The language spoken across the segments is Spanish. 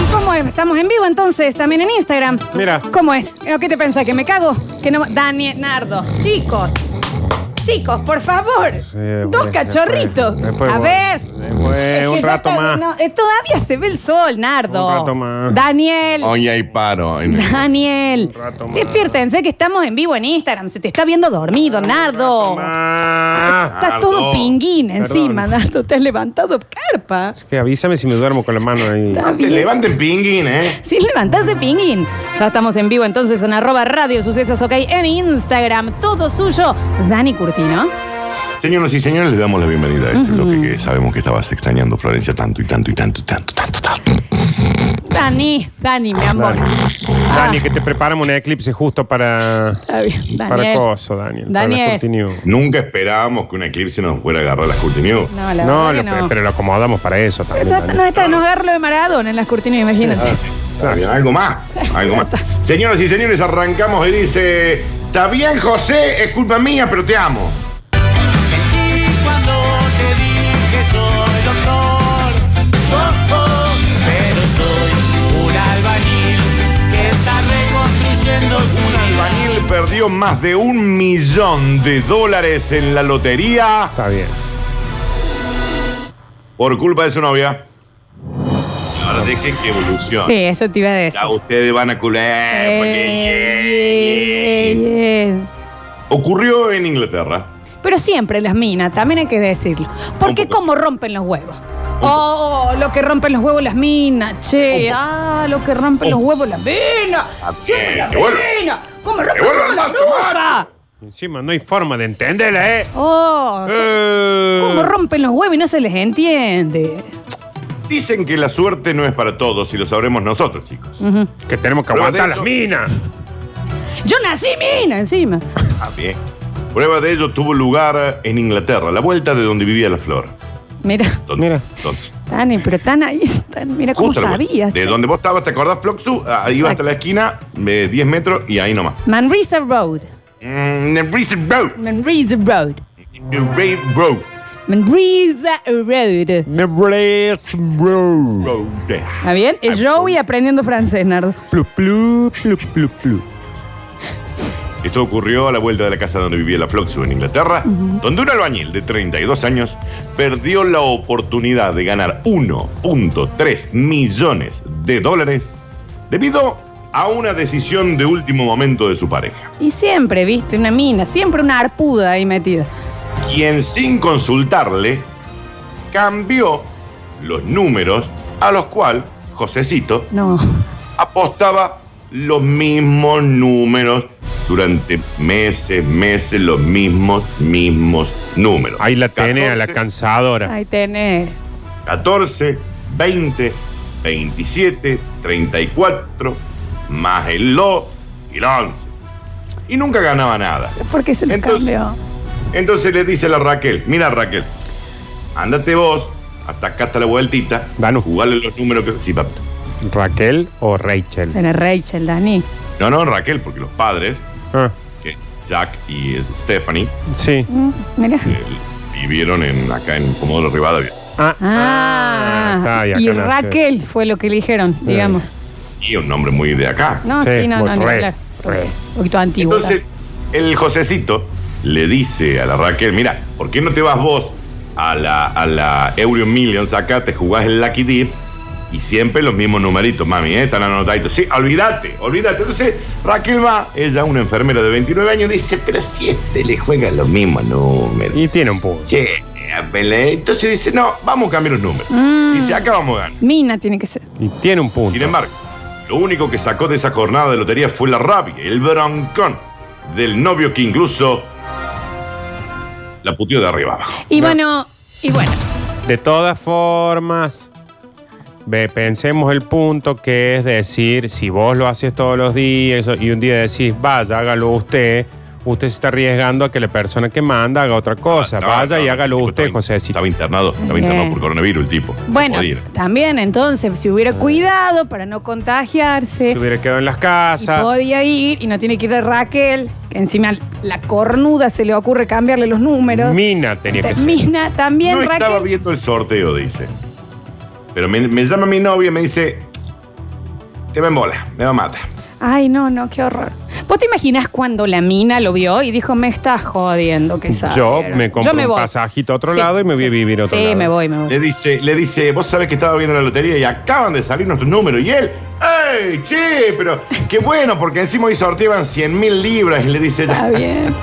¿Y cómo es? Estamos en vivo entonces, también en Instagram. Mira. ¿Cómo es? ¿O ¿Qué te pensás? ¿Que me cago? Que no. Daniel, Nardo. Chicos. Chicos, por favor. Eh, Dos bueno, cachorritos. después- después a voy- ver. después Es que un ya rato está- más. no, eh, todavía se ve el sol, Nardo. Un rato más. Daniel. Hoy hay paro. en el- Daniel. Un rato más. Despiértense que estamos en vivo en Instagram. Se te está viendo dormido, Nardo. Ah, Estás todo Nardo. pinguín Perdón. encima, Nardo. Te has levantado carpa. que avísame si me duermo con la mano ahí. Está Se bien. levanta el pinguín, ¿eh? Sin levantarse, pinguín. Ya estamos en vivo entonces en arroba radio sucesos, ok, en Instagram. Todo suyo, Dani Curtino. Señoras y señores, les damos la bienvenida a este bloque que sabemos que estabas extrañando, Florencia, tanto y tanto y tanto y tanto, tanto, tanto. Dani, Dani, mi amor. Dani, Dani, que te preparamos un eclipse justo para, Está bien, para Daniel. coso, Daniel. para Daniel. las continuo. Nunca esperábamos que un eclipse nos fuera a agarrar las Curti News. No, la no, verdad lo- que no. pero lo acomodamos para eso también. Está- Daniel. no, está, nos agarra lo de Maradona en las cortinas, imagínate. Está bien, algo más, algo más. Señoras y señores, arrancamos y dice, está bien José, es culpa mía, pero te amo. Mentí cuando te dije soy doctor, Oh, oh. pero soy un albañil que está reconstruyendo su vida. Daniel perdió más de un millón de dólares en la lotería Está bien. por culpa de su novia. Ahora dejen que evolucione. Sí, eso te iba a decir. Ya ustedes van a pues, cular. Eh, eh, porque- eh. Ocurrió en Inglaterra. Pero siempre las minas, también hay que decirlo. Porque Un poco como rompen los huevos. Oh, lo que rompen los huevos las minas, che. Un poco. Ah, lo que rompen los huevos las minas. Siempre Ah, bien, las que vuelva. minas. Como rompen Que vuelva los huevos más, las brujas. Encima no hay forma de entenderla, ¿eh? Oh, Eh. como rompen los huevos y no se les entiende. Dicen que la suerte no es para todos y lo sabremos nosotros, chicos. Que tenemos que Prueba aguantar de las eso. minas. Yo nací mina encima. Ah, bien. Prueba de ello tuvo lugar en Inglaterra, a la vuelta de donde vivía la flor. Mira, Entonces- Mira. entonces, Tani, pero tan ahí, tan- mira cómo justo a la vuelta. sabías. De che. donde vos estabas, ¿te acordás, Floxu? Ah, Exacto. Iba hasta la esquina, eh, 10 metros y ahí nomás. Manresa Road. Mm, the Brisbane Road. Manresa Road. The Brisbane Road. Manresa Road. Me bless, bro. Road. ¿Está bien? Es Joey aprendiendo francés, Nardo. Plu, plu, plu, plu, plu. Esto ocurrió a la vuelta de la casa donde vivía la Floxu en Inglaterra, donde un albañil de 32 años perdió la oportunidad de ganar 1.3 millones de dólares debido a una decisión de último momento de su pareja, Y siempre, viste, una mina, siempre una arpuda ahí metida. quien sin consultarle cambió los números a los cuales Josecito No. apostaba los mismos números durante meses, meses, los mismos, mismos números. Ahí la tiene a la 14, cansadora. Ahí tenés. 14, 20, 27, 34, más el lo y el 11. Y nunca ganaba nada. ¿Por qué se lo Entonces- cambió? Entonces le dice a la Raquel, mira Raquel, ándate vos, hasta acá hasta la vueltita, Danu. jugale los números que... Sí, papito. ¿Raquel o Rachel? Será Rachel, Dani. No, no, Raquel, porque los padres, Ah, que Jack y eh, Stephanie, sí. Mm, Mira. el- vivieron en, acá en Comodoro Rivadavia. Ah, Ah, está, acá y nace. Raquel fue lo que eligieron, digamos. Y un nombre muy de acá. No, sí, Sí, no, no, bueno, ni re, hablar. re. Un poquito antiguo. Entonces, el Josecito le dice a la Raquel, mira, ¿por qué no te vas vos a la, a la Euro Millions acá, te jugás el Lucky Dip y siempre los mismos numeritos, mami, ¿eh? están anotaditos. Sí, olvídate, olvídate. Entonces, Raquel va, ella, una enfermera de 29 años, dice, pero si este le juega los mismos números. Y tiene un punto. Sí, entonces dice, no, vamos a cambiar los números. Mm. Dice, acá vamos a ganar. Mina tiene que ser. Y tiene un punto. Sin embargo, lo único que sacó de esa jornada de lotería fue la rabia, el broncón del novio que incluso la puteó de arriba abajo. Y bueno, y bueno. De todas formas, Ve, pensemos el punto que es decir, si vos lo haces todos los días eso, y un día decís, vaya, hágalo usted, usted se está arriesgando a que la persona que manda haga otra cosa. No, vaya no, y hágalo el tipo usted, estaba- Josecito. Estaba internado, estaba Bien. internado por coronavirus el tipo. Bueno, Podía ir. también entonces, si hubiera cuidado para no contagiarse, Se hubiera quedado en las y casas. podía ir y no tiene que ir de Raquel, que encima la cornuda se le ocurre cambiarle los números. Mina tenía que ser. Mina también, no estaba Raquel. viendo el sorteo, dice. Pero me, me llama mi novia y me dice, te va en bola, me va a matar. Ay, no, no, qué horror. ¿Vos te imaginás cuando la mina lo vio y dijo, me estás jodiendo, que sabe? Yo me compro Yo me un voy. pasajito a otro Sí, lado y me voy sí. a vivir a otro Sí, lado. me voy, me voy. Le dice, le dice, vos sabés que estaba viendo la lotería y acaban de salir nuestros números. Y él, ¡ey, che! Pero qué bueno, porque encima hoy sorteaban 100 mil libras. Y le dice, Está ella, bien.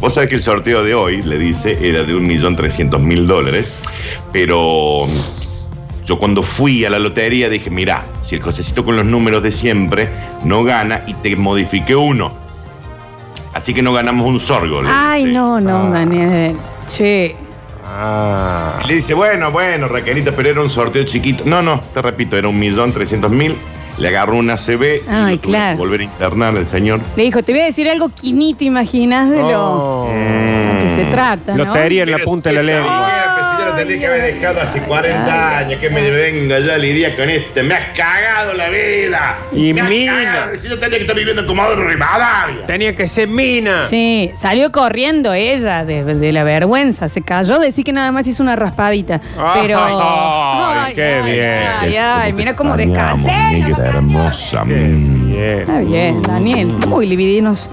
vos sabés que el sorteo de hoy, le dice, era de 1.300.000 dólares. Pero mm, yo cuando fui a la lotería dije, mirá, si el cosecito con los números de siempre no gana y te modifiqué uno. Así que no ganamos un sorgo. le Ay, dice. no, no, Daniel. Che. Ah. Y Le dice, bueno, bueno, Raquelita, pero era un sorteo chiquito. No, no, te repito, era un millón trescientos mil. Le agarró una CB Ay, y lo tuvo claro. que volver a internar el señor. Le dijo, te voy a decir algo que ni te imaginas de lo Oh. Eh. que se trata, ¿no? Lotería en la punta de la Pero sí, lengua. caballero, que si yo lo tenía que haber dejado hace 40 años, que me venga ya a lidiar con este. Me has cagado la vida. Y Me has mina. cagado. Si yo tenía que estar viviendo como Adolfo Rivadavia. Tenía que ser mina. Sí, salió corriendo ella de, de la vergüenza, se cayó, decir que nada más hizo una raspadita. Ay, Pero. ay, qué bien. Ay, ay, mira cómo descansé. Negra hermosa. Bien. Está bien, Daniel. Muy libidinos.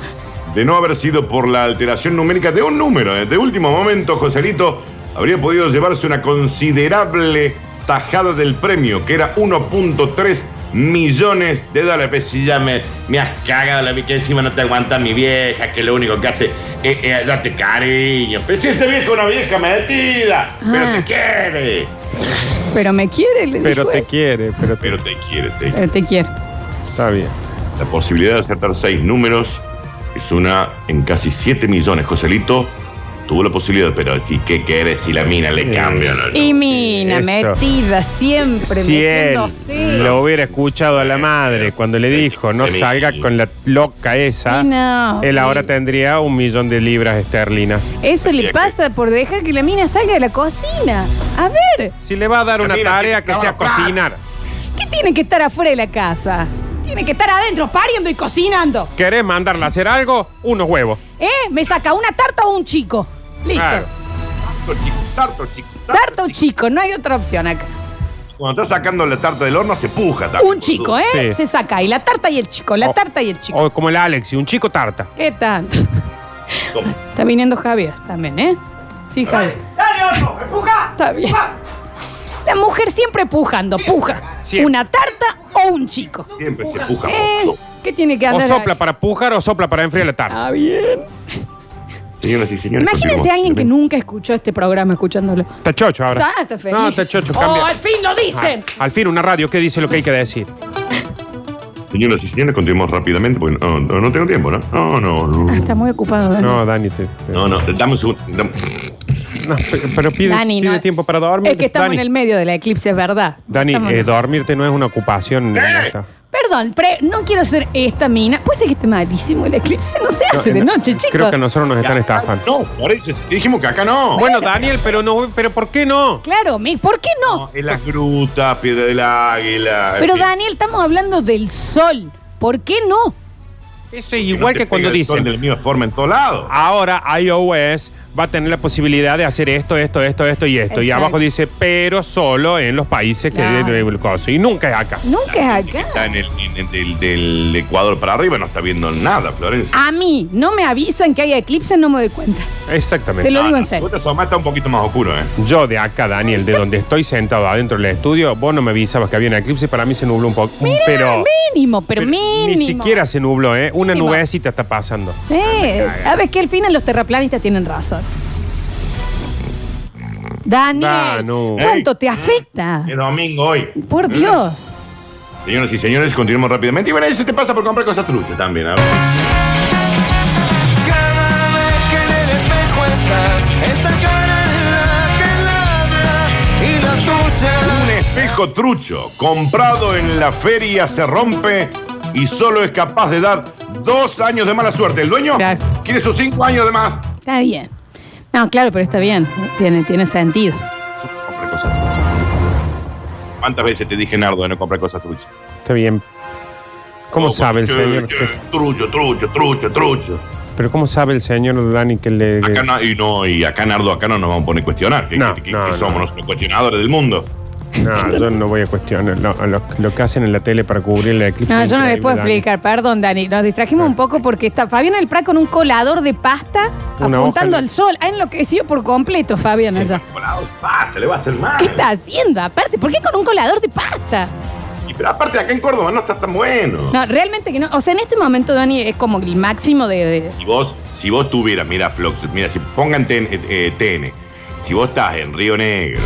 De no haber sido por la alteración numérica de un número, eh, de último momento, Joselito habría podido llevarse una considerable tajada del premio, que era 1.3 millones de dólares. Pues si ya me, me has cagado la vida, que encima no te aguanta mi vieja, que lo único que hace es eh, darte cariño. Pues si ese viejo es una vieja metida, pero Ah. te quiere. Pero me quiere, le Pero dijo te él. quiere, pero te Pero te quiere, te quiere. Pero te quiere. Está bien. La posibilidad de acertar seis números es una en casi 7 millones. Joselito tuvo la posibilidad, pero ¿y qué querés si la mina le cambia? No, no. Y mina, eso. metida siempre, Si él metiéndose. lo hubiera escuchado a la madre cuando le dijo no Sí. salga con la loca esa, Ay, no. él ahora Sí. tendría un millón de libras esterlinas. Eso Tendría le que- pasa por dejar que la mina salga de la cocina. A ver, Si le va a dar una Mira, tarea que que sea trabajar. cocinar. ¿qué tiene que estar afuera de la casa? Tiene que estar adentro, pariendo y cocinando. ¿Querés mandarla a hacer algo? Unos huevos. ¿Eh? Me saca una tarta o un chico. Listo. Claro. Tarto, chico, tarto, chico, Tarta o chico, no hay otra opción acá. Cuando está sacando la tarta del horno se puja. también, Un chico, boludo. ¿eh? Sí. Oh. Se saca ahí la tarta y el chico, la O- tarta y el chico. O como el Alexi, un chico tarta. ¿Qué tanto? ¿eh? Toma. Está viniendo Javier también, ¿eh? Sí, Javier. Está bien. La mujer siempre pujando, puja. Siempre. Una tarta o un chico. Siempre se puja. ¿Eh? boludo. ¿Qué tiene que O andar? sopla ahí? para pujar o sopla para enfriar la tarta. Está bien. Señoras y señores. Imagínense continuamos. a alguien que nunca escuchó este programa escuchándolo. Está chocho ahora. Está, está feliz. No, está chocho, Oh, cambia. al fin lo dicen. Ah, al fin, una radio que dice lo que hay que decir. Señoras y señores, continuemos rápidamente porque no, no, no tengo tiempo, ¿no? No, no, no. Está muy ocupado. ¿eh? Dani. Ah. No, Dani, te- No, no, dame un segundo. dame- no, pero- pero pide, Dani, pide no. eh. tiempo para dormir. Es que estamos Dani, en el medio de la eclipse, es verdad. Dani, Estamos- eh, dormirte no es una ocupación. ¿Eh? no está. Perdón, pre- no quiero ser esta mina. Puede ser que esté malísimo el eclipse. No se hace de No, noche, chicos. Creo que a nosotros nos están estafando. No, Florencia, si te dijimos que acá no. Bueno, Daniel, pero no, pero ¿por qué no? Claro, Mick, ¿por qué no? No, en las grutas, piedra del águila. Pero en fin. Daniel, estamos hablando del sol. ¿Por qué no? Eso es igual no que te cuando pega el sol De dicen, la misma forma en todos lados. ahora iOS va a tener la posibilidad de hacer esto, esto, esto, esto y esto. Y Exacto. abajo dice, pero solo en los países que Claro. de- el coso. Y nunca es acá. Nunca es acá. Está en el, en- en- del, del Ecuador para arriba, no está viendo nada, Florencia. A mí, no me avisan que hay eclipse, no me doy cuenta. Te Exactamente. lo digo en Vos serio. te asomás, está un poquito más oscuro, ¿eh? Yo de acá, Daniel, de donde estoy sentado adentro del estudio, vos no me avisabas que había un eclipse, para mí se nubló un poco. Pero, Mínimo, pero, pero mínimo. ni siquiera se nubló, ¿eh? Una Mínimo. nubecita está pasando. Es, sabes que al final los terraplanistas tienen razón. Daniel, Danu. ¿cuánto te afecta? Es domingo hoy. ¿Mm? Por Dios. Señoras y señores, continuemos rápidamente. Y bueno, eso te pasa por comprar cosas truchas también, ¿ah? Cada vez que en el espejo estás, esta cara es la que ladra y la tuya. Lunes espejo trucho comprado en la feria se rompe y solo es capaz de dar dos años de mala suerte. El dueño Claro. quiere sus cinco años de más. Está bien. No, claro, pero está bien. Tiene, tiene sentido. Compre cosas truchas. ¿Cuántas veces te dije, Nardo, de no comprar cosas truchas? Está bien. ¿Cómo Oh, sabe el che, señor? che, Trucho, trucho, trucho, trucho. Pero ¿cómo sabe el señor Dani que le... Acá no, y no, y acá, Nardo, acá no nos vamos a poner a cuestionar. ¿Qué, No, qué- qué- no, qué no. somos los cuestionadores del mundo? No, yo no voy a cuestionar lo, lo- lo que hacen en la tele para cubrir el eclipse. No, yo no les increíble, puedo Dani. explicar. Perdón, Dani. Nos distrajimos un poco porque está Fabián el Prat con un colador de pasta Una apuntando hoja. al sol. Ha enloquecido por completo, Fabián, allá. Colado, pasta, le va a hacer mal. ¿Qué está haciendo? Aparte, ¿por qué con un colador de pasta? Y, pero aparte, acá en Córdoba no está tan bueno. No, realmente que no. O sea, en este momento, Dani, es como el máximo de. de- Si vos, si vos tuvieras, mira, Flox, mira, si pongan TN, eh, TN, si vos estás en Río Negro,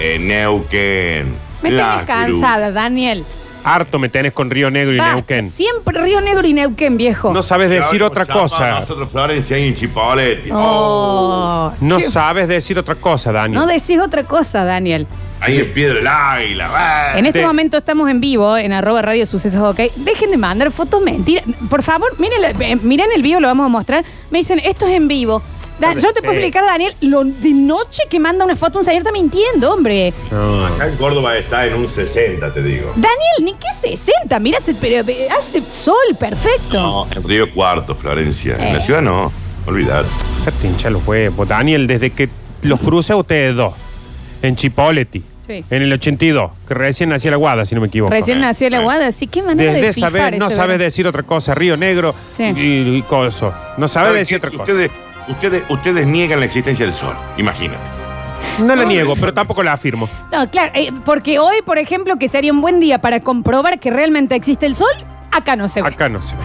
en Neuquén, Me tenés Las Cruces, cansada, Daniel. Harto me tenés con Río Negro y Basta. Neuquén. Siempre Río Negro y Neuquén, viejo. No sabes si decir abrimos otra chapa, cosa. Nosotros, Florencia, y en Chipoletti. Oh, No qué- sabes decir otra cosa, Dani. No decís otra cosa, Daniel. Ahí en Piedra del Águila. bah. En este De- momento estamos en vivo en arroba radio sucesos, ok. Dejen de mandar fotos mentiras. Por favor, miren, la- eh, miren el vivo, lo vamos a mostrar. Me dicen, esto es en vivo. Dan- yo te puedo Sí. explicar, Daniel, lo de noche que manda una foto un señor está mintiendo, hombre. No. Acá en Córdoba está en un 60, te digo. Daniel, ni qué 60, mira, hace, pero, eh, hace sol, perfecto. No, en Río Cuarto, Florencia. En Eh. la ciudad no. Olvidar. Ya te hincha los huevos. Daniel, desde que los crucé a ustedes dos, en Chipoletti, Sí. en el 82, que recién nació la Guada, si no me equivoco. Recién nació la eh. guada, así qué manera Desde de fifar saber, no ese sabes verano. decir otra cosa, Río Negro Sí. y, y coso. No sabes ¿Saben decir qué? otra Si cosa. Ustedes, ustedes, ustedes niegan la existencia del sol, imagínate. No Ah, la niego, pero tampoco la afirmo. No, claro, eh, porque hoy, por ejemplo, que sería un buen día para comprobar que realmente existe el sol, acá no se ve. Acá no se ve.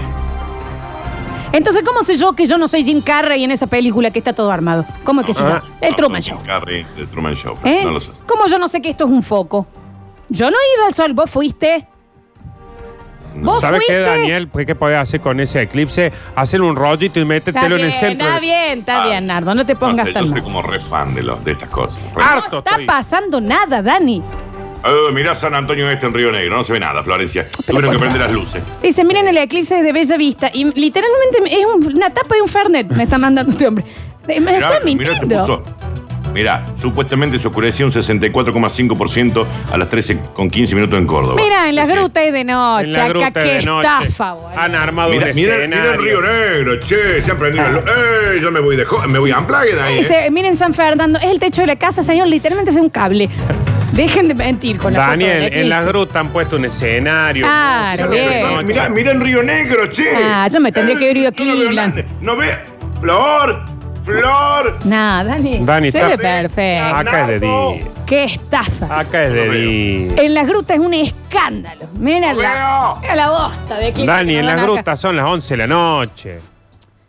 Entonces, ¿cómo sé yo que yo no soy Jim Carrey en esa película que está todo armado? ¿Cómo que se Ah, llama? El No, Truman son Show. Carrie, el Truman Show, pues, ¿Eh? no lo sé. ¿Cómo yo no sé que esto es un foco? Yo no he ido al sol, vos fuiste. No. ¿Vos ¿Sabes qué, fuiste? Daniel? Pues, ¿Qué podés hacer con ese eclipse? Hacer un rollito y métetelo en el centro. está bien, está Ah, bien, Nardo, no te pongas no sé, tan yo mal. soy como re fan de, los de estas cosas. Re- Ah. No Harto está estoy. pasando nada, Dani. Eh, mirá San Antonio Este en Río Negro, no se ve nada, Florencia. Tuvieron que prender las luces. Dice, miren el eclipse de Bella Vista. Y literalmente es un- una tapa de un Fernet, me está mandando este hombre. Eh, Me Mirá, está mirá, se mintiendo. puso. Mirá, supuestamente se oscurecía un 64,5% a las 13,15 minutos en Córdoba. Mira, en las Es decir, grutas es de En noche, la acá gruta qué de noche. Ah, estafa, boludo. Han armado Mirá, un mirá- escenario. mirá el Río Negro, che, se han prendido las luces. Eh, yo me voy de jo- me voy a Unplugged ahí. eh. Dice, miren San Fernando, es el techo de la casa, señor, literalmente es un cable. Dejen de mentir con la foto del Daniel, en eclipse. las grutas han puesto un escenario. Claro, música, bien. de noche. Mirá, mirá en Río Negro, che. Ah, yo me tendría que haber ido a yo no veo Cleveland. nada. No ve, Flor, Flor. Nah, Dani, Dani, se está- ve perfecto. Acá es de día. Qué estafa. Acá es de Eh, No veo. día. En las grutas es un escándalo. Mira No la, veo. mira la bosta de eclipse Dani, que nos en las dan acá. grutas son las 11 de la noche.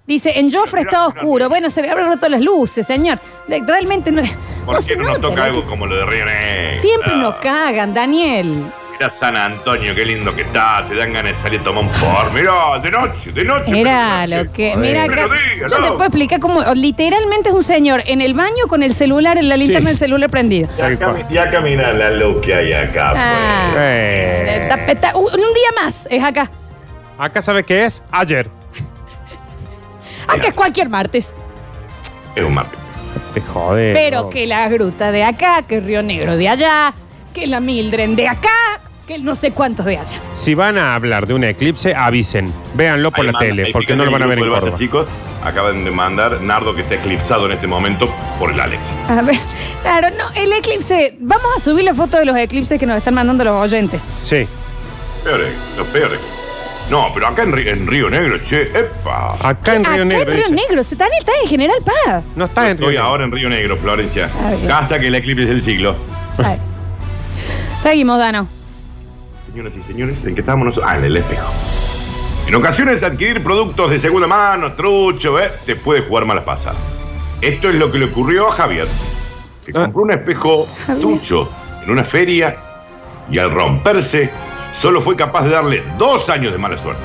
Dice, en Joffre Mirá, está mirá, oscuro. mirá. Bueno, se le habrán roto las luces, señor. Le- Realmente no. ¿Por qué se no nos nota, toca ¿no? algo como lo de Río Negro? Siempre Ah. nos cagan, Daniel. Mira San Antonio, qué lindo que está. Te dan ganas de salir a tomar un por. Mirá, de noche, de noche. Mira pero de noche. lo que. joder. Mira acá. Pero diga, Yo te no. puedo explicar cómo. Literalmente es un señor en el baño con el celular, en la Sí. linterna del celular prendido. Ya, cami- ya camina la luz que hay acá. Ah, pues. Eh. Está- está- un un día más es acá. Acá, ¿sabes qué es? Ayer. Acá Ah, es cualquier martes. Es un mapa. Te jode. Pero no. que la gruta de acá, que Río Negro de allá, que la Mildren de acá, que el no sé cuántos de allá. Si van a hablar de un eclipse, avisen. Véanlo por Ahí la manda, tele, ahí porque fíjate no lo van a el ver en grupo del Basta, Córdoba. chicos, acaban de mandar Nardo que está eclipsado en este momento por el Alex. A ver, claro, no, el eclipse. Vamos a subir la foto de los eclipses que nos están mandando los oyentes. Sí. Peores, los peores. No, pero acá en, Ri- en Río Negro, che, epa. Acá en acá Río Negro. en Río dice. Negro, se- Daniel está en General Paz. No estás en Río Estoy Negro. ahora en Río Negro, Florencia. Ah, bien. Hasta que el eclipse es el siglo. A ver. Seguimos, Dano. Señoras y señores, ¿en qué estamos nosotros? Ah, en el espejo. En ocasiones adquirir productos de segunda mano, trucho, ¿eh? te puede jugar malas pasadas. Esto es lo que le ocurrió a Javier, que Ah. compró un espejo trucho en una feria y al romperse solo fue capaz de darle dos años de mala suerte.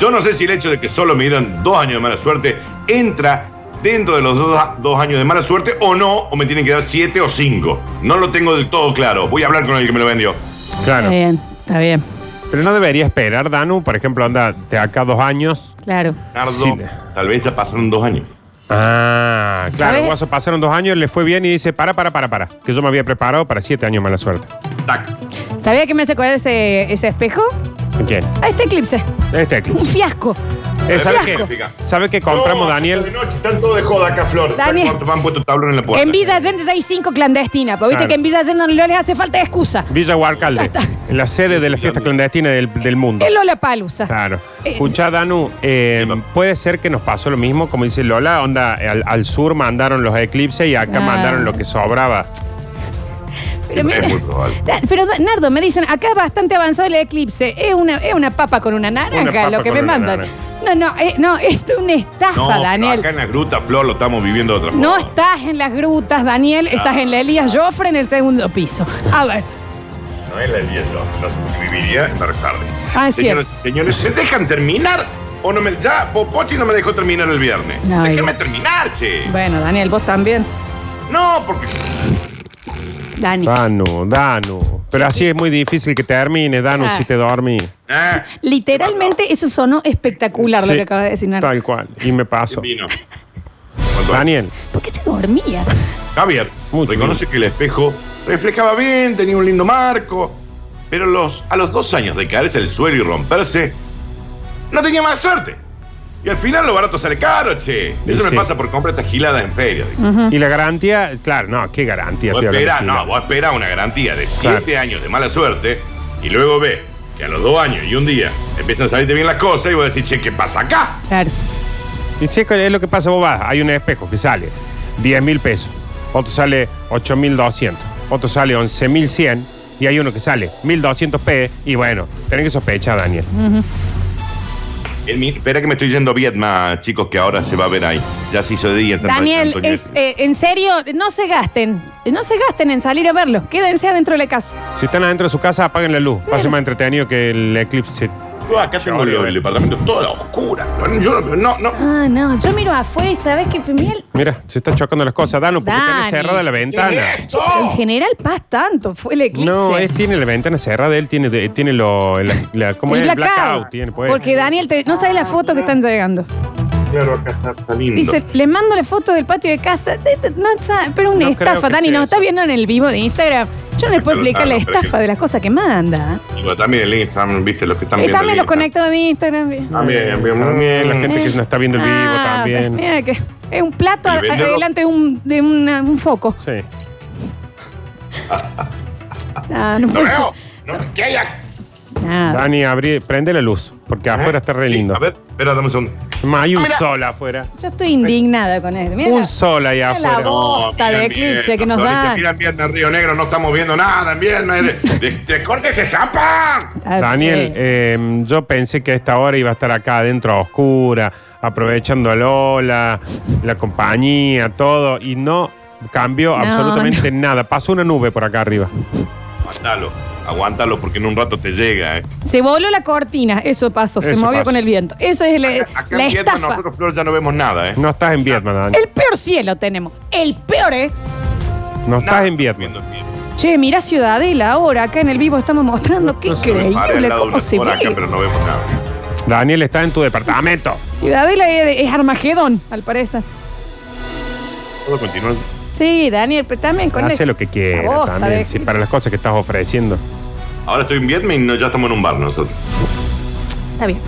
Yo no sé si el hecho de que solo me dieran dos años de mala suerte entra dentro de los dos, dos años de mala suerte o no, o me tienen que dar siete o cinco. No lo tengo del todo claro. Voy a hablar con el que me lo vendió. Claro. Está bien, está bien. Pero no debería esperar, Danu. Por ejemplo, anda de acá dos años. Claro. Tardo, Sí. tal vez ya pasaron dos años. Ah, claro. ¿Sabes? el Guaso pasaron dos años, le fue bien y dice, para, para, para, para. Que yo me había preparado para siete años mala suerte. Tac. ¿Sabía que me hace acordar ese, ese espejo? ¿En quién? A este eclipse. Este aquí. Un fiasco. Eh, ¿Sabe Un fiasco. qué? ¿Sabe qué compramos, No, Daniel? De noche están todos de joda acá, Flor. Daniel. Están- Te han puesto tablón en la puerta. En Villa Allende ya hay cinco clandestinas, pero viste Claro. que en Villa Allende no les hace falta excusa. Villa Huarcalde, Ya está. la sede de la fiesta clandestina del, del mundo. Es Lola Palusa. Claro. Eh, Escucha, Danu, eh, puede ser que nos pasó lo mismo, como dice Lola, onda, al, al sur mandaron los eclipses y acá Ah. mandaron lo que sobraba. Pero mira, Es muy probable. Da- pero Nardo, me dicen, acá es bastante avanzado el eclipse. Es una, es una papa con una naranja Una papa lo que con me una mandan. naranja. No, no, eh, no, es una No, estafa, pero Daniel. acá en la gruta, Flor, lo estamos viviendo de otra forma. No estás en las grutas, Daniel, estás en la Elías Joffre en el segundo piso. A ver, No es la 10, no. No viviría en Barrio Jardín. Ah, es Señoras y señores, ¿se dejan terminar? O no me, ya, vos, Pochi no me dejó terminar el viernes. Ay. Déjenme terminar, che. bueno, Daniel, vos también. No, porque Dani. Danu, Danu. Pero así es muy difícil que termine, Danu, Ah. si te dormí. Ah, Literalmente eso sonó espectacular lo Sí, que acabas de decir, Nardo. Tal cual. Y me ¿qué pasó. vino? ¿Cuánto? Daniel, ¿Por qué se dormía? Javier, Mucho reconoce que el espejo reflejaba bien, tenía un lindo marco, pero los, a los dos años de caerse el suelo y romperse, no tenía más suerte. Y al final lo barato sale caro, che. Eso Y sí. Mm. me pasa por comprar estas giladas en feria. dice. y la garantía, claro, no, qué garantía. Vos tío, esperá, garantía? no, vos esperá una garantía de Claro. 7 años de mala suerte y luego ve que a los dos años y un día empiezan a salirte bien las cosas y vos decís, che, ¿qué pasa acá? Claro. Y si es que es lo que pasa, vos vas, hay un espejo que sale 10 mil pesos, otro sale 8 mil 200, otro sale 11 mil 100 y hay uno que sale 1200 P y bueno, tenés que sospechar, Daniel. Mm. En mi- espera que me estoy yendo a Vietnam, chicos, que ahora se va a ver ahí. Ya se hizo de día en San Daniel, Antonio. es, eh, en serio, no se gasten. No se gasten en salir a verlo. Quédense adentro de la casa. Si están adentro de su casa, apaguen la luz. Va a ser más entretenido que el eclipse. Yo acá tengo el, el departamento toda oscura. Yo no, no, no. Ah, no, yo miro afuera y sabes que Miel, Mira, se están chocando las cosas, Danu, porque Dani. tiene cerrada la ventana. esto? en general pasa tanto, fue el eclipse. No, él tiene la ventana cerrada, él tiene, de- tiene lo, la, la- ¿cómo el es? El blackout. tiene, pues. Porque Daniel, te- no sabes la foto que están llegando. Claro, acá está, está lindo. Dice, les mando la foto del patio de casa. Te- te- No, sa- pero una No creo estafa, que Dani, sea no eso. está viendo en el vivo de Instagram. Yo no les puedo Pero, explicar la claro, pero estafa que- de las cosas que manda. ¿eh? Digo, también el Instagram, viste, los que están Y viendo. Eh, también el los Eh. conectados Instagram. de Instagram. bien. También, bien, muy bien. La gente que no está viendo el vivo Ah, también. pues, mira que es un plato El a- vendedor. adelante de, un, de una- un foco. Sí. Ah, no No puede veo. ser. No, ¿Qué hay acá? Nada. Dani, abrí, prende la luz, porque afuera está re Sí, lindo. a ver, espera, dame un segundo. Más, hay un mira. sol afuera. Yo estoy indignada con esto. Mira, Un sol allá mira la afuera. voz. Posta de miran eclipse bien, que nos doctores, dan. Se tiran bien de Río Negro, no estamos viendo nada en viernes. ¡De, de corte se zapan! está Daniel, bien. eh, yo pensé que a esta hora iba a estar acá adentro a oscura, aprovechando a Lola, la compañía, todo, y no cambió absolutamente nada. Pasó una nube por acá arriba. Aguántalo, aguántalo porque en un rato te llega, ¿eh? se voló la cortina, eso pasó, se Eso movió pasa. con el viento. Eso es la, Acá Eh, la en Vietnam estafa. nosotros, Flor, ya no vemos nada, ¿eh? No estás en Vietnam, Dani. El peor cielo tenemos, el peor, ¿eh? No Nada. estás en Vietnam. Viendo en Vietnam. Che, mirá Ciudadela ahora, acá en el vivo estamos mostrando, qué Yo me paré al increíble lado de cómo una se torre acá, ve. pero no vemos nada. Daniel está en tu departamento. Ciudadela es, es Armagedón, al parecer. Todo continúa. Sí, Daniel, pero también con Hace el- lo que La quiera bosta de- también, sí, para las cosas que estás ofreciendo. Ahora estoy en Vietnam y no- ya estamos en un bar nosotros. Está bien.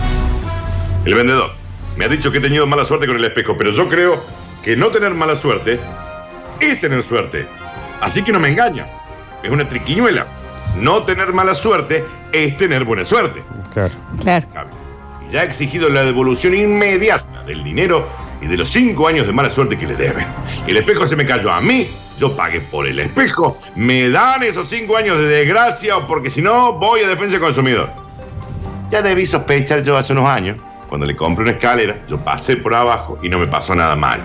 El vendedor me ha dicho que he tenido mala suerte con el espejo, pero yo creo que no tener mala suerte es tener suerte. Así que no me engaña. Es una triquiñuela. No tener mala suerte es tener buena suerte. Claro. Claro. Cabe. Y ya ha exigido la devolución inmediata del dinero y de los cinco años de mala suerte que le deben. El espejo se me cayó a mí, yo pagué por el espejo, me dan esos cinco años de desgracia o porque si no voy a defensa del consumidor. Ya debí sospechar yo hace unos años, cuando le compré una escalera, yo pasé por abajo y no me pasó nada malo.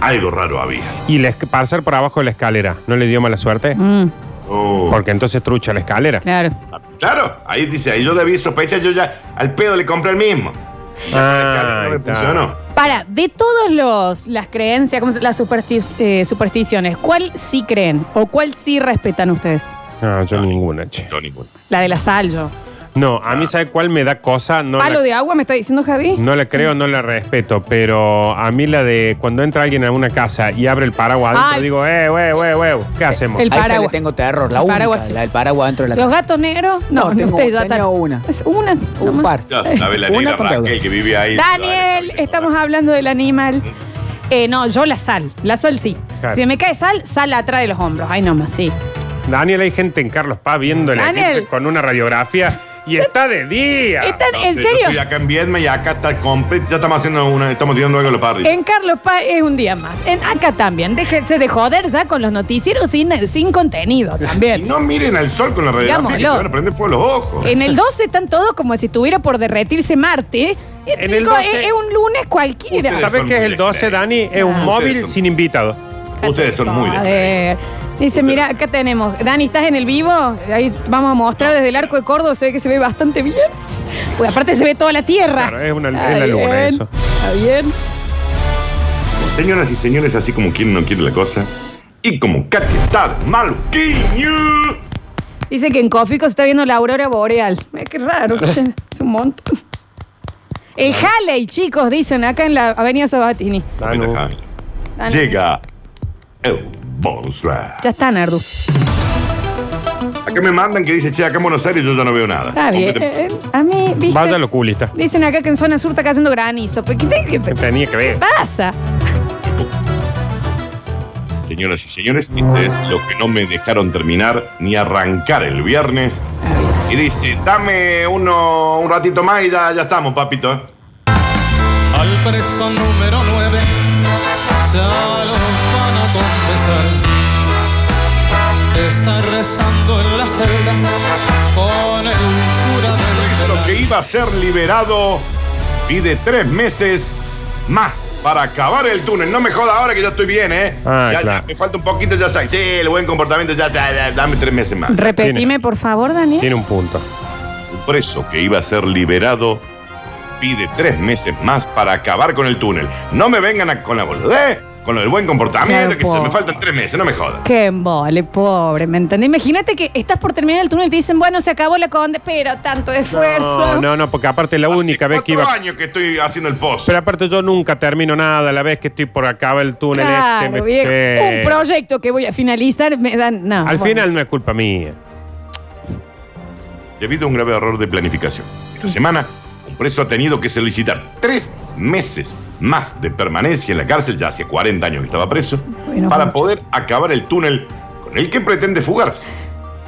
Algo raro había. Y la esc- pasar por abajo de la escalera, ¿no le dio mala suerte? Mm, Oh. Porque entonces trucha la escalera. claro. Claro, ahí dice, ahí yo debí sospechar, yo ya al pedo le compré el mismo. Ah, no me ahí está. funcionó. Para, de todas las creencias, como las supersti- eh, supersticiones, ¿cuál sí creen o cuál sí respetan ustedes? No, Ah. yo ninguna, che. Yo ninguna. La de la sal, yo. No, a mí Ah. sabe cuál me da cosa. No ¿Palo la, de agua me está diciendo Javi? no la creo, no la respeto, pero a mí la de cuando entra alguien a una casa y abre el paraguas adentro, Ay. digo, eh, wey, wey, wey, ¿qué hacemos? El A esa le paraguas. tengo terror, la El única, paraguas. la del paraguas dentro de la ¿Los casa. gatos negros? No, No, tengo- ustedes ya tenía están- una. Es una. Un nomás. par. Ya sabe la Una negra con Raquel deuda. que vive ahí. Daniel, estamos hablando del animal. Eh, no, yo la sal. La sal sí. Claro. Si me cae sal, sal atrás de los hombros. Ay, nomás, sí. Daniel, hay gente en Carlos Paz viendo el Daniel. eclipse con una radiografía y está de día. Están, No en sé, Yo serio, estoy acá en Viedma y acá está completo. Ya estamos haciendo una, estamos tirando algo a los parrillos. en Carlos Paz es un día más. En acá también. Déjense de joder ya con los noticieros sin, sin contenido Y también. no miren al sol con la radiografía, que Digámoslo. se van a prender fuego los ojos. En el 12 están todos como si estuviera por derretirse Marte. Y En el digo, 12. es, es un lunes cualquiera. Ustedes ¿Sabes son qué es muy el 12, descreídos. Dani? Es un Ah. móvil Ustedes son- sin invitado. Ustedes son muy A de. ver. Dice, mira, acá tenemos. Dani, ¿estás en el vivo? Ahí vamos a mostrar desde el arco de Córdoba, se ve que se ve bastante bien. Pues aparte se ve toda la tierra. Claro, es una- Está es la luna, bien, eso. Está bien. Señoras y señores, así como quien no quiere la cosa. Y como cachetad maluquiño. Dice que en Cófico se está viendo la aurora boreal. Mira qué raro, che, es un montón. El Halley, chicos, dicen acá en la Avenida Sabatini. Danu. Danu. Llega el bonus track. Ya está, Nardu. Acá me mandan que dice, che, acá en Buenos Aires yo ya no veo nada. Está bien. Eh, Complete- A mí, viste. Vaya loculista. Dicen acá que en zona sur está cayendo granizo. ¿Qué, te- qué te Tenía que ver. pasa? Señoras y señores, este es lo que no me dejaron terminar ni arrancar el viernes. Y dice, dame uno, un ratito más y ya, ya estamos, papito. ¿eh?". Al preso número 9 ya lo van a confesar. Está rezando en la celda con el cura del Lo penal. que iba a ser liberado pide tres meses más para acabar el túnel. No me joda ahora que ya estoy bien, ¿eh? Ah, ya, claro. ya, me falta un poquito, ya sabes. Sí, el buen comportamiento, ya sabes. ya, Dame tres meses más. Repetime, por favor, Daniel. Tiene un punto. Un preso que iba a ser liberado pide tres meses más para acabar con el túnel. No me vengan a- con la boludez, ¿eh? con lo del buen Claro, comportamiento, que se po. me faltan tres meses, no me jodan. Qué embole, pobre, ¿me entendés? Imagínate que estás por terminar el túnel y te dicen, bueno, se acabó la conde, pero tanto esfuerzo. No, no, no, porque aparte la única Hace vez que cuatro iba. años que estoy haciendo el post. Pero aparte yo nunca termino nada. La vez que estoy por acá el túnel Claro, este. me- viejo. Eh, Un proyecto que voy a finalizar, me dan. No, Al bueno. final no es culpa mía. Debido a un grave error de planificación. Esta semana, un preso ha tenido que solicitar tres meses más de permanencia en la cárcel, ya hace 40 años que estaba preso, Bueno, para mucho. poder acabar el túnel con el que pretende fugarse.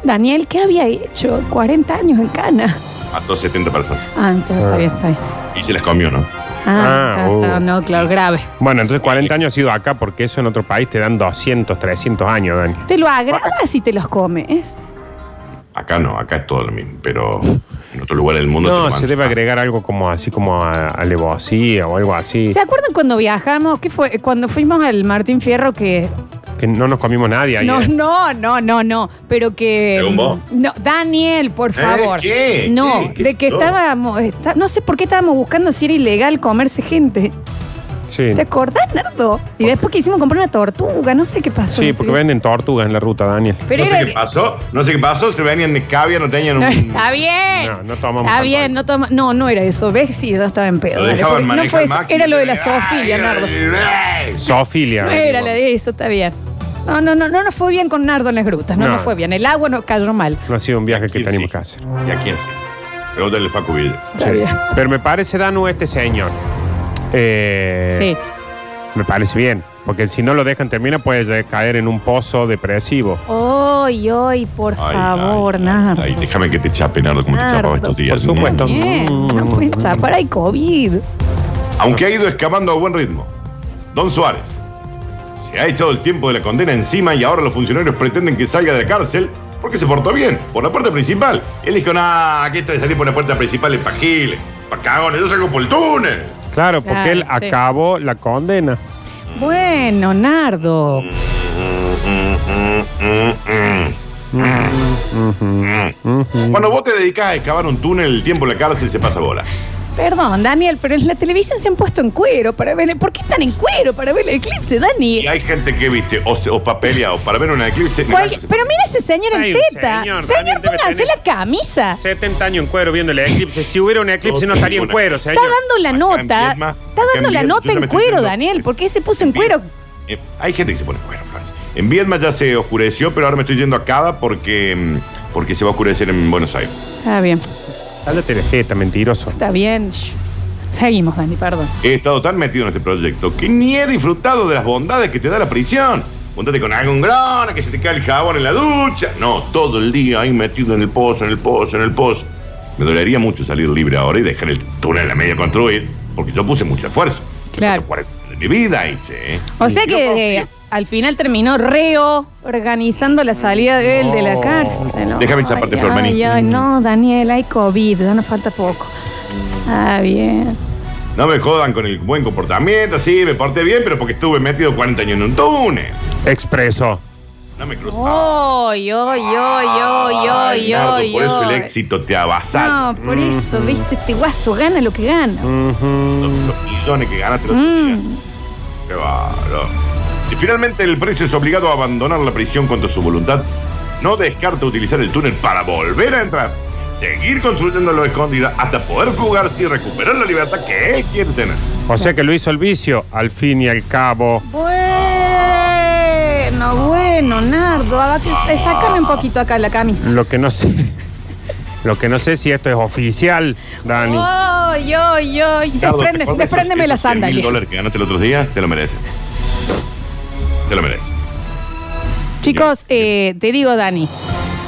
Daniel, ¿qué había hecho? 40 años en Cana. Mató 70 personas. Ah, claro, está Ah. bien, está bien. Y se las comió, ¿no? Ah, Ah, está- uh. oh. está- no, claro, grave. Bueno, entonces 40 años ha sido acá porque eso en otro país te dan 200, 300 años, Dani. Te lo agravas y te los comes. Acá no, acá es todo lo mismo, pero en otro lugar del mundo... te lo No, mandan. se debe agregar algo como así como a- alevosía o algo así. ¿Se acuerdan cuando viajamos? ¿Qué fue? Cuando fuimos al Martín Fierro que Que no nos comimos nadie ahí. No, eh. no, no, no, no. Pero que. ¿Según vos? ¿Eh? No, Daniel, por favor. ¿qué? No, ¿Qué? ¿Qué de que sos? estábamos. está- no sé por qué estábamos buscando si era ilegal comerse gente. Sí. ¿Te acordás, Nardo? Y después quisimos comprar una tortuga, no sé qué pasó. Sí, porque venden tortugas en la ruta, Daniel. Pero no sé era- qué pasó, no sé qué pasó, se venían de caviar, no tenían No, un... está bien. Mm, No, no tomamos Está alcohol. bien, no toma- No, no era eso. ¿Ves? Sí, yo estaba en pedo. Lo dale, dejaban porque no manejar fue eso. máquina. Era lo de la Ay, zoofilia, ay, Nardo. ay. Sofilia. No era la de eso, está bien. No, no, no, no nos fue bien con Nardo en las grutas. No, No. nos fue bien. El agua nos cayó mal. No ha sido un viaje que ¿Quién tenemos sí? que hacer. ¿Y a quién sí? Pregúntale a Facu Villa. Está Sí. bien. Pero me parece, Danu, este señor. Eh, Sí. Me parece bien. Porque si no lo dejan termina, puede ya caer en un pozo depresivo. Hoy, hoy, por Ay, favor, ay, Nardo. ay, déjame que te chape, Nardo, como te Nardo, chapaba estos días. por supuesto. Bien, no pues, pueden chapar, hay COVID. Aunque ha ido excavando a buen ritmo, Don Suárez se ha echado el tiempo de la condena encima y ahora los funcionarios pretenden que salga de la cárcel porque se portó bien, por la puerta principal. Él dijo, nah, aquí está de salir por la puerta principal es pa' giles, pa' cagones, yo salgo por el túnel. Claro, porque Claro, él sí. acabó la condena. Bueno, Nardo. Cuando vos te dedicas a excavar un túnel, el tiempo en la cárcel se pasa bola. Perdón, Daniel, pero en la televisión se han puesto en cuero para ver. el- ¿Por qué están en cuero para ver el eclipse, Y Daniel? hay gente que viste o, se- o papelea o para ver un eclipse. mirá, Cual- Pero mira ese señor en Hay un teta. señor, Señor, Daniel, debe pónganse tener- la camisa. 70 años en cuero viendo el eclipse. Si hubiera un eclipse no estaría en cuero, Está señor. dando la Acá en nota. Viedma, Está acá dando en la Viedma, nota yo ya me en estoy cuero, yendo. Daniel. ¿Por qué se puso en Bien. cuero? Eh, hay gente que se pone bueno, Francia. En Vietnam ya se oscureció, pero ahora me estoy yendo a Cava porque, mm, porque se va a oscurecer en Buenos Aires. Está bien, Cállate la teta, mentiroso. está bien. Shh. Seguimos, Dani, perdón. He estado tan metido en este proyecto que ni he disfrutado de las bondades que te da la prisión. Póntate con algún grana, que se te cae el jabón en la ducha. No, todo el día ahí metido en el pozo, en el pozo, en el pozo. Me dolería mucho salir libre ahora y dejar el túnel a medio construir, porque yo puse mucho esfuerzo. Claro. Yo 40 de mi vida, Eche. ¿eh? O sea Yo que eh, confío. al final terminó reo organizando la salida de él de la cárcel. Déjame esa Ay, parte, ay, Flormani. Ay, no, Daniel, hay COVID, ya nos falta poco. Ah, bien. No me jodan con el buen comportamiento, sí, me porté bien, pero porque estuve metido 40 años en un túnel. Expreso. No me cruzaba. Oy, oy, oy, oy, Ay, oy, Nardo, oy, por eso el oy. éxito te avasalla. No, por Mm. eso, viste, este guaso gana lo que gana. Los, los millones que ganaste los Qué bárbaro. Si finalmente el preso es obligado a abandonar la prisión contra su voluntad, no descarta utilizar el túnel para volver a entrar, seguir construyéndolo escondida hasta poder fugarse y recuperar la libertad que él quiere tener. O sea que lo hizo el vicio, al fin y al cabo. Bueno, bueno, Nardo, a- eh, sácame un poquito acá la camisa. Lo que no sé. Lo que no sé si esto es oficial, Dani. Oh. Oy, oy, oy. Desprende- Ricardo, ¿te acordás esos- despréndeme esos la 100.000 sandalia. dólares que ganaste el otro día, te lo mereces. Te lo mereces. Chicos, eh, te digo, Dani,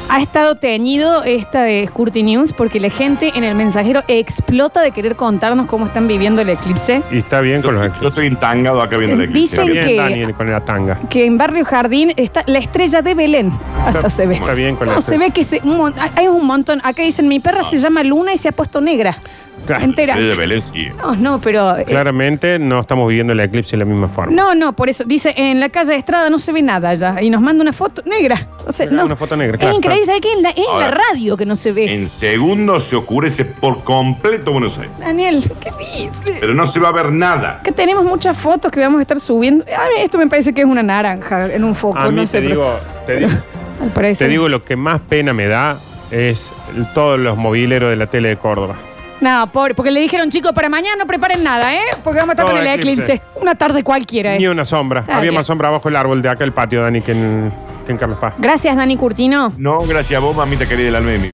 ha estado teñido esta de Scurty News porque la gente en el mensajero explota de querer contarnos cómo están viviendo el eclipse. Y está bien Yo, con los yo eclipses. estoy entangado acá viendo el eclipse. Dicen Está Gabriel. bien, que- Dani, con la tanga. Que en Barrio Jardín está la estrella de Belén. Hasta se ve. Está bien con la No, se estrella. ve que se- un mon- hay un montón. Acá dicen, mi perra se llama Luna y se ha puesto negra. Claro. Entera. Desde Belén, sí. No, no, pero... eh, Claramente no estamos viviendo el eclipse de la misma forma. no, no, por eso. Dice, en la calle Estrada no se ve nada ya. Y nos manda una foto negra. O sea, Mira, no. una foto negra, Es claro, increíble, ¿sabes qué? En la, es en la Ahora, radio que no se ve. En segundos se oscurece por completo Buenos Aires. Daniel, ¿qué dices? Pero no se va a ver nada. Que tenemos muchas fotos que vamos a estar subiendo. A ver, esto me parece que es una naranja en un foco. A mí no sé, te pero- digo, te digo, al parecer. te digo lo que más pena me da es el- todos los mobileros de la tele de Córdoba. No, pobre, porque le dijeron, chicos, para mañana no preparen nada, ¿eh? Porque vamos a estar Todo con el eclipse. eclipse. Una tarde cualquiera, ¿eh? Ni una sombra. Está Había bien. más sombra abajo del árbol de acá el patio, Dani, que en, que en Carlos Paz. Gracias, Dani Curtino. No, gracias a vos, mamita querida del alma de mi